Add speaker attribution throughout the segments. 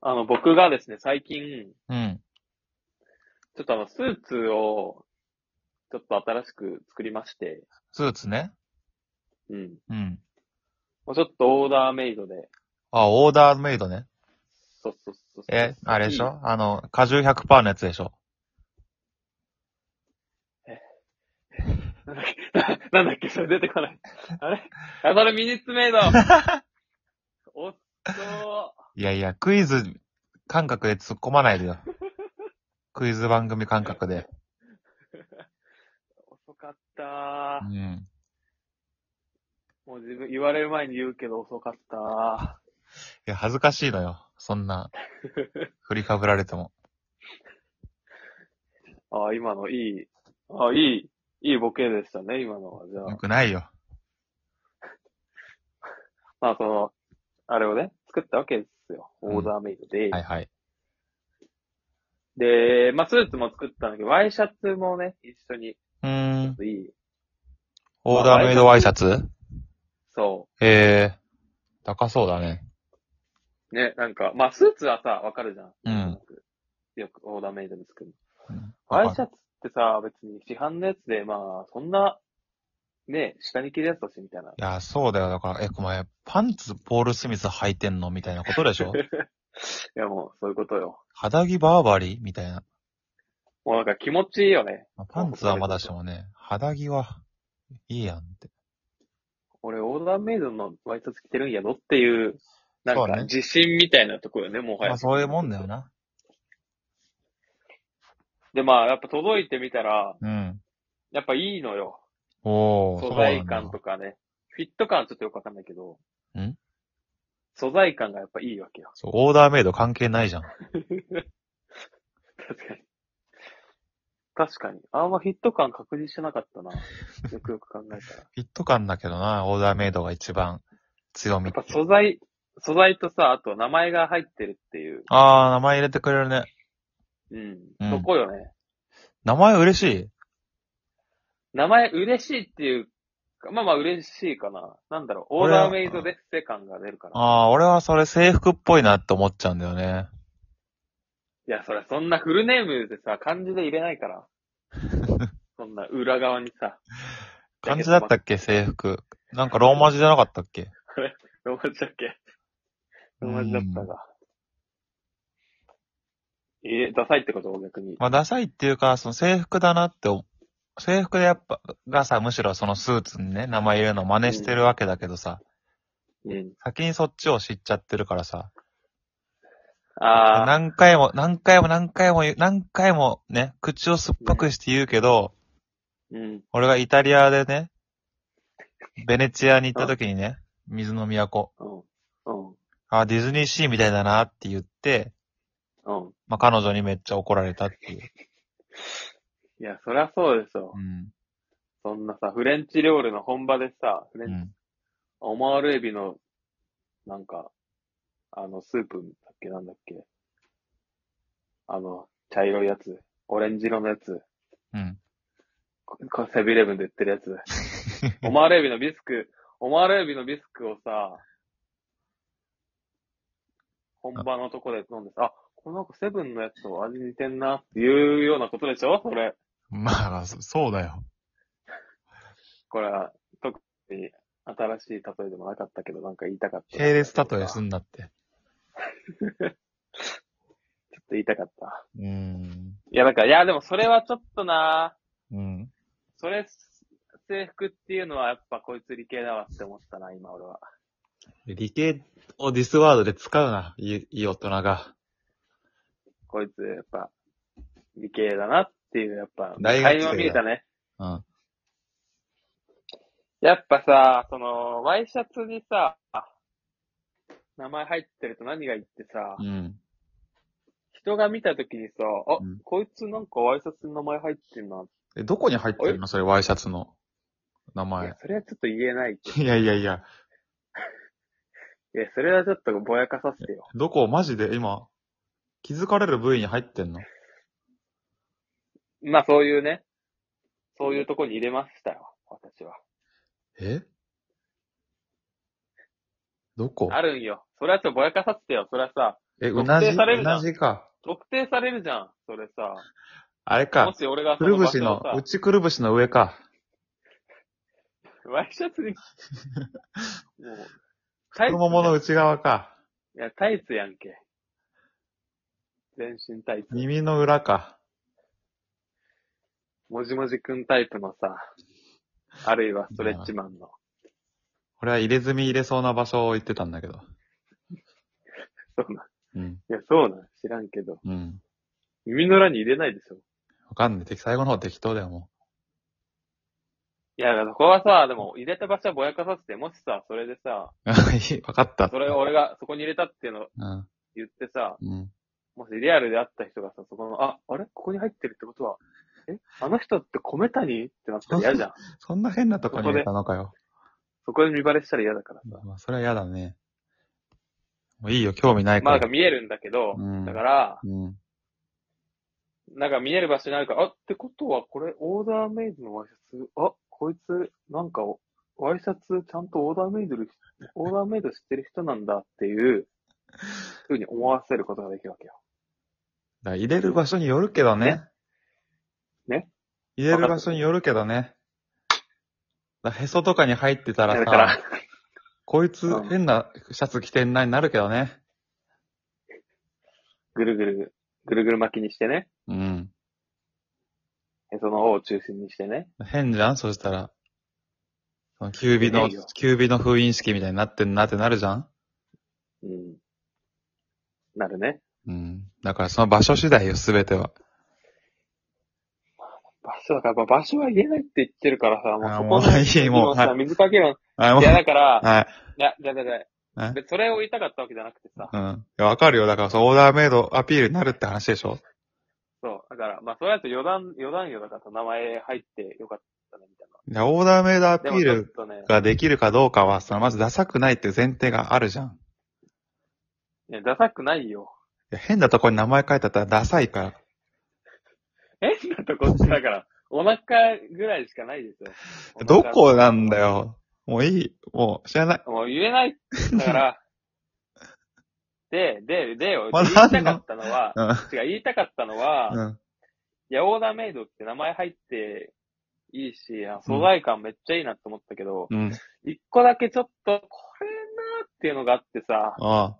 Speaker 1: あの、僕がですね、最近、
Speaker 2: うん。
Speaker 1: ちょっとあの、スーツを、ちょっと新しく作りまして、
Speaker 2: スーツね。
Speaker 1: うん。
Speaker 2: うん。
Speaker 1: まあ、ちょっとオーダーメイドで、
Speaker 2: あ、オーダーメイドね。
Speaker 1: そうそうそうそう
Speaker 2: え、あれでしょあの、果汁100%のやつでしょ
Speaker 1: なんだっけ、 なんだっけ、それ出てこない。あれ あ、それミニッツメイド おっと
Speaker 2: いやいや、クイズ感覚で突っ込まないで よ。クイズ番組感覚で。
Speaker 1: 遅かった
Speaker 2: う。ん。
Speaker 1: もう自分、言われる前に言うけど遅かった。
Speaker 2: いや、恥ずかしいのよ。そんな、振りかぶられても。
Speaker 1: ああ、今のいい、ああ、いい、いいボケでしたね、今のは。じゃあ
Speaker 2: よ、くないよ。
Speaker 1: まあその、あれをね、作ったわけですよ。
Speaker 2: うん
Speaker 1: オーダーメイドで。
Speaker 2: はいはい。
Speaker 1: で、まあ、スーツも作ったんだけど、ワイシャツもね、一緒に、
Speaker 2: う
Speaker 1: ち
Speaker 2: ー
Speaker 1: ょっ
Speaker 2: ん。
Speaker 1: といい。
Speaker 2: オーダーメイドワイシャツ
Speaker 1: そ
Speaker 2: えー、高そうだね。
Speaker 1: う。ね、なんか、まあ、スーツはさ、わかるじゃん。
Speaker 2: うん
Speaker 1: よくオーダーメイドで作る。
Speaker 2: うん
Speaker 1: ワイシャツってさ、別に市販のやつで、まあ、そんな、ね、下に着るやつだし、みたいな。
Speaker 2: いや、そうだよ。だから、え、お前、パンツ、ポール・スミス履いてんのみたいなことでし ょ
Speaker 1: いや、もう、そういうことよ。
Speaker 2: 肌着バーバリーみたいな。
Speaker 1: もうなんか気持ちいいよね。
Speaker 2: まあパンツはまだしもね、肌着は、いいやんって。
Speaker 1: 俺、オーダーメイドのワイシャツ着てるんやろっていう、なん
Speaker 2: そう
Speaker 1: か
Speaker 2: ね、
Speaker 1: 自信みたいなとこよね、もはや。
Speaker 2: まあそういうもんだよな。
Speaker 1: で、まあ、やっぱ届いてみたら、
Speaker 2: うん。
Speaker 1: やっぱいいのよ。
Speaker 2: おー、
Speaker 1: 素材感
Speaker 2: そう
Speaker 1: とかね。フィット感はちょっとよくわかんないけど。
Speaker 2: ん
Speaker 1: 素材感がやっぱいいわけよ。
Speaker 2: そうオーダーメイド関係ないじゃん。
Speaker 1: 確かに。確かに。あんまフィット感確認してなかった な。よくよく考えたら。
Speaker 2: フィット感だけどな、オーダーメイドが一番強み
Speaker 1: やっ
Speaker 2: って
Speaker 1: ぱ。素材、素材とさ、あと名前が入ってるっていう。
Speaker 2: あー、名前入れてくれるね。
Speaker 1: うん。
Speaker 2: うん
Speaker 1: そこよね。
Speaker 2: 名前嬉しい
Speaker 1: 名前嬉しいっていうか、まあまあ嬉しいかな。なんだろう。オー
Speaker 2: 俺は
Speaker 1: ダーメイドでッセ感が出るから。
Speaker 2: あー、俺はそれ制服っぽいなって思っちゃうんだよね。
Speaker 1: いや、それそんなフルネームでさ、漢字で入れない から。そんな裏側にさ。
Speaker 2: 漢字だったっけ制服。なんかローマ字じゃなかったっけ
Speaker 1: ローマ字だっけローマ字だったが。え、ダサいってこと逆に。
Speaker 2: まあ、ダサいっていうか、その制服だなって思う、制服でやっぱ、がさ、むしろそのスーツにね、名前入れるのを真似してるわけだけどさ、
Speaker 1: うん。
Speaker 2: 先にそっちを知っちゃってるからさ、
Speaker 1: ああ、
Speaker 2: 何回も、何回も何回も言う、何回もね、口を酸っぱくして言うけど、
Speaker 1: うん。
Speaker 2: 俺がイタリアでね、ベネチアに行った時にね、水の都、
Speaker 1: うん。うん。
Speaker 2: あ、ディズニーシーみたいだなって言って、
Speaker 1: うん。
Speaker 2: まあ、彼女にめっちゃ怒られたっていう。
Speaker 1: いや、そりゃそうでしょ
Speaker 2: う。ん。
Speaker 1: そんなさ、フレンチ料理の本場でさ、フレ
Speaker 2: う
Speaker 1: ンチ、
Speaker 2: ん。
Speaker 1: オマールエビの、なんか、あの、スープだっけなんだっけあの、茶色いやつ、オレンジ色のやつ、
Speaker 2: うん。
Speaker 1: ここセブンイレブンで売ってるやつ。 オマールエビのビスク、オマールエビのビスクをさ、本場のとこで飲んでさ、あ、このなんかセブンのやつと味似てんなっていうようなことでしょそれ。
Speaker 2: まあ、そそうだよ。
Speaker 1: これは、特に新しい例えでもなかったけど、なんか言いたかった。
Speaker 2: 系列例えすんなって。
Speaker 1: ちょっと言いたかった。
Speaker 2: うん。
Speaker 1: いや、なんか、いや、でもそれはちょっとな
Speaker 2: うん。
Speaker 1: それ、制服っていうのはやっぱこいつ理系だわって思ったな、今俺は。
Speaker 2: 理系をディスワードで使うな、いいいい大人が。
Speaker 1: こいつ、やっぱ、理系だなっていう、やっぱ、
Speaker 2: 大学生だ
Speaker 1: 垣間見えたね。
Speaker 2: うん。
Speaker 1: やっぱさ、その、ワイシャツにさ、名前入ってると何がいいってさ、
Speaker 2: うん。
Speaker 1: 人が見たときにさ、あ、
Speaker 2: うん
Speaker 1: こいつなんかワイシャツに名前入ってんな。
Speaker 2: え、どこに入ってるのそれ、ワイシャツの名
Speaker 1: い
Speaker 2: 前
Speaker 1: や、。それはちょっと言えないけ
Speaker 2: いやいやいや、
Speaker 1: ど。いや、それはちょっとぼやかさせてよ。
Speaker 2: どこ、マジで今、気づかれる部位に入ってんの
Speaker 1: まあ、そういうね、そういうとこに入れましたよ、私は。
Speaker 2: えどこ
Speaker 1: あるんよ。それはちょっとぼやかさせてよ。それはさ、
Speaker 2: え、う
Speaker 1: 特
Speaker 2: なじ、
Speaker 1: 定され
Speaker 2: う
Speaker 1: るじゃん
Speaker 2: なじか。
Speaker 1: 特定されるじゃん、それさ。
Speaker 2: あれ
Speaker 1: も
Speaker 2: か。
Speaker 1: し俺がそ
Speaker 2: くる
Speaker 1: の
Speaker 2: ぶ
Speaker 1: 場
Speaker 2: し
Speaker 1: 所
Speaker 2: の
Speaker 1: をさ、、
Speaker 2: うちくるぶしの上か。
Speaker 1: ワイシャツに、もう、タイ
Speaker 2: 太
Speaker 1: ツ
Speaker 2: ももの内側か。
Speaker 1: いや、タイツやんけ。全身タイツ。
Speaker 2: 耳の裏か。
Speaker 1: もじもじくんタイプのさ、あるいはストレッチマンの。
Speaker 2: これは入れ墨入れそうな場所を言ってたんだけど。
Speaker 1: そうなん。
Speaker 2: うん。
Speaker 1: いや、そうなん。知らんけど。
Speaker 2: うん。
Speaker 1: 耳の裏に入れないでしょ。
Speaker 2: わかんない。適最後の方適当だよ、も
Speaker 1: いや、だからそこはさ、でも入れた場所はぼやかさせて、もしさ、それでさ、
Speaker 2: う。 いいわかった。
Speaker 1: それを俺がそこに入れたっていうのを
Speaker 2: うん。
Speaker 1: 言ってさ、
Speaker 2: うん。
Speaker 1: もしリアルで会った人がさ、そこの、あ、あれここに入ってるってことは、えあの人って米谷ってなったら嫌じゃん。
Speaker 2: そんな変なとこに入れたのかよ。
Speaker 1: そこで見バレしたら嫌だからさ。
Speaker 2: まあ、それは嫌だね。もういいよ、興味ない
Speaker 1: まあな
Speaker 2: か。
Speaker 1: んから見えるんだけど、
Speaker 2: うん
Speaker 1: だから、
Speaker 2: うん。
Speaker 1: なんか見える場所にあるから、あ、ってことはこれオーダーメイドのワイシャツ、あ、こいつなんかおワイシャツちゃんとオーダーメイドる、オーダーメイドしてる人なんだっていう、ふうに思わせることができるわけよ。
Speaker 2: だから入れる場所によるけどね。
Speaker 1: ね
Speaker 2: 入れる場所によるけどね。だからへそとかに入ってたら
Speaker 1: だ
Speaker 2: さ、
Speaker 1: から、
Speaker 2: こいつ
Speaker 1: うん
Speaker 2: 変なシャツ着てんなになるけどね。
Speaker 1: ぐるぐる、ぐるぐる巻きにしてね、
Speaker 2: うん。
Speaker 1: へその方を中心にしてね。
Speaker 2: 変じゃんそしたら。そのキュービの
Speaker 1: いいよ、
Speaker 2: キュービの封印式みたいになってんなってなるじゃん
Speaker 1: うん。なるね。
Speaker 2: うん。だからその場所次第よ、すべては。
Speaker 1: 場所だから、やっぱ場所は言えないって言ってるからさ、
Speaker 2: あ
Speaker 1: もうそこ
Speaker 2: もういい
Speaker 1: の、
Speaker 2: もう
Speaker 1: さ、
Speaker 2: は
Speaker 1: 水かける
Speaker 2: あ、
Speaker 1: の。
Speaker 2: もう
Speaker 1: いや、だ から、
Speaker 2: はい。
Speaker 1: いや、だだだ
Speaker 2: え
Speaker 1: でそれを言いたかったわけじゃなくてさ、
Speaker 2: うん。いや、わかるよ。だから、そう、オーダーメイドアピールになるって話でしょ
Speaker 1: そう、だから、まあ、それだと余談、余談よだから、名前入ってよかったね、みたい
Speaker 2: いや、オーダーメイドアピ
Speaker 1: な。でも
Speaker 2: ー
Speaker 1: ちょ
Speaker 2: ル
Speaker 1: っとね、
Speaker 2: ができるかどうかは、その、まずダサくないっていう前提があるじゃん。い
Speaker 1: いやダサくないよ。
Speaker 2: や、変なとこに名前書いてあったらダサいから。
Speaker 1: 変なとこって、だから、お腹ぐらいしかないですよ。
Speaker 2: どこなんだよ。もういい。もう、知らない。
Speaker 1: もう言えない。だから、で、で、で、
Speaker 2: ま
Speaker 1: 言
Speaker 2: あ
Speaker 1: いたかったのは、
Speaker 2: うん。
Speaker 1: 違う、言いたかったのは、
Speaker 2: うん。
Speaker 1: いや、オーダーメイドって名前入っていいし、あ素材感めっちゃいいなって思ったけど、
Speaker 2: うん。
Speaker 1: 一、個だけちょっと、これなーっていうのがあってさ、
Speaker 2: あ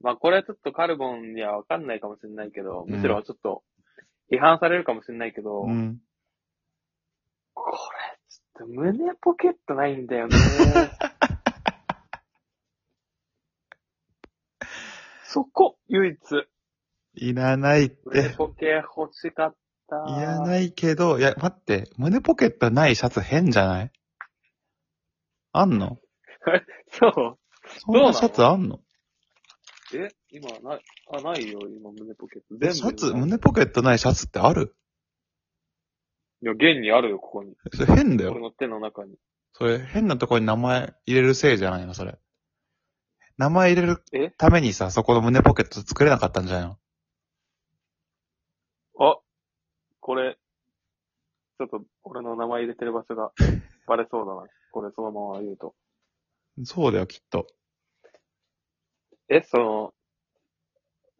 Speaker 1: まあこれはちょっとカルボンにはわかんないかもしれないけど、
Speaker 2: うん
Speaker 1: むしろちょっと批判されるかもしれないけど、
Speaker 2: あ。うん。
Speaker 1: これちょっと胸ポケットないんだ よね。そこ、唯一、
Speaker 2: いらないっ
Speaker 1: 胸
Speaker 2: て。
Speaker 1: ポケ欲しかった。
Speaker 2: いらないけど、いや、待って、胸ポケットないシャツ変じゃないあんの
Speaker 1: そう。
Speaker 2: そんなシャツあんの
Speaker 1: え、今ない、あ、ないよ、今胸ポケット。全
Speaker 2: え
Speaker 1: 部。
Speaker 2: シャツ、
Speaker 1: い
Speaker 2: 胸ポケットないシャツってある
Speaker 1: や、現にあるよ、ここに。
Speaker 2: それ変だ
Speaker 1: 俺
Speaker 2: よ。
Speaker 1: の手の中に。
Speaker 2: それ変なとこに名前入れるせいじゃないの、それ。名前入れ
Speaker 1: え
Speaker 2: るためにさ、そこの胸ポケット作れなかったんじゃないの
Speaker 1: あ、これ、ちょっと、俺の名前入れてる場所がバレそうだな。これ、そのまま言うと。
Speaker 2: そうだよ、きっと。
Speaker 1: え、その、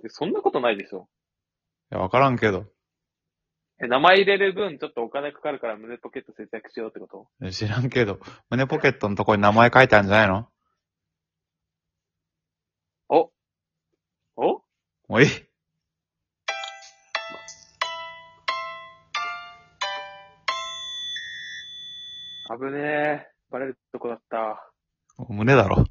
Speaker 1: えそんなことないでしょ。
Speaker 2: いや、わからんけど。
Speaker 1: え、名前入れる分、ちょっとお金かかるから胸ポケット節約しようってこと
Speaker 2: 知らんけど。胸ポケットのとこに名前書いてあるんじゃないの
Speaker 1: おお
Speaker 2: もういい。
Speaker 1: 危ねえ。バレるとこだった。
Speaker 2: もう胸だろ。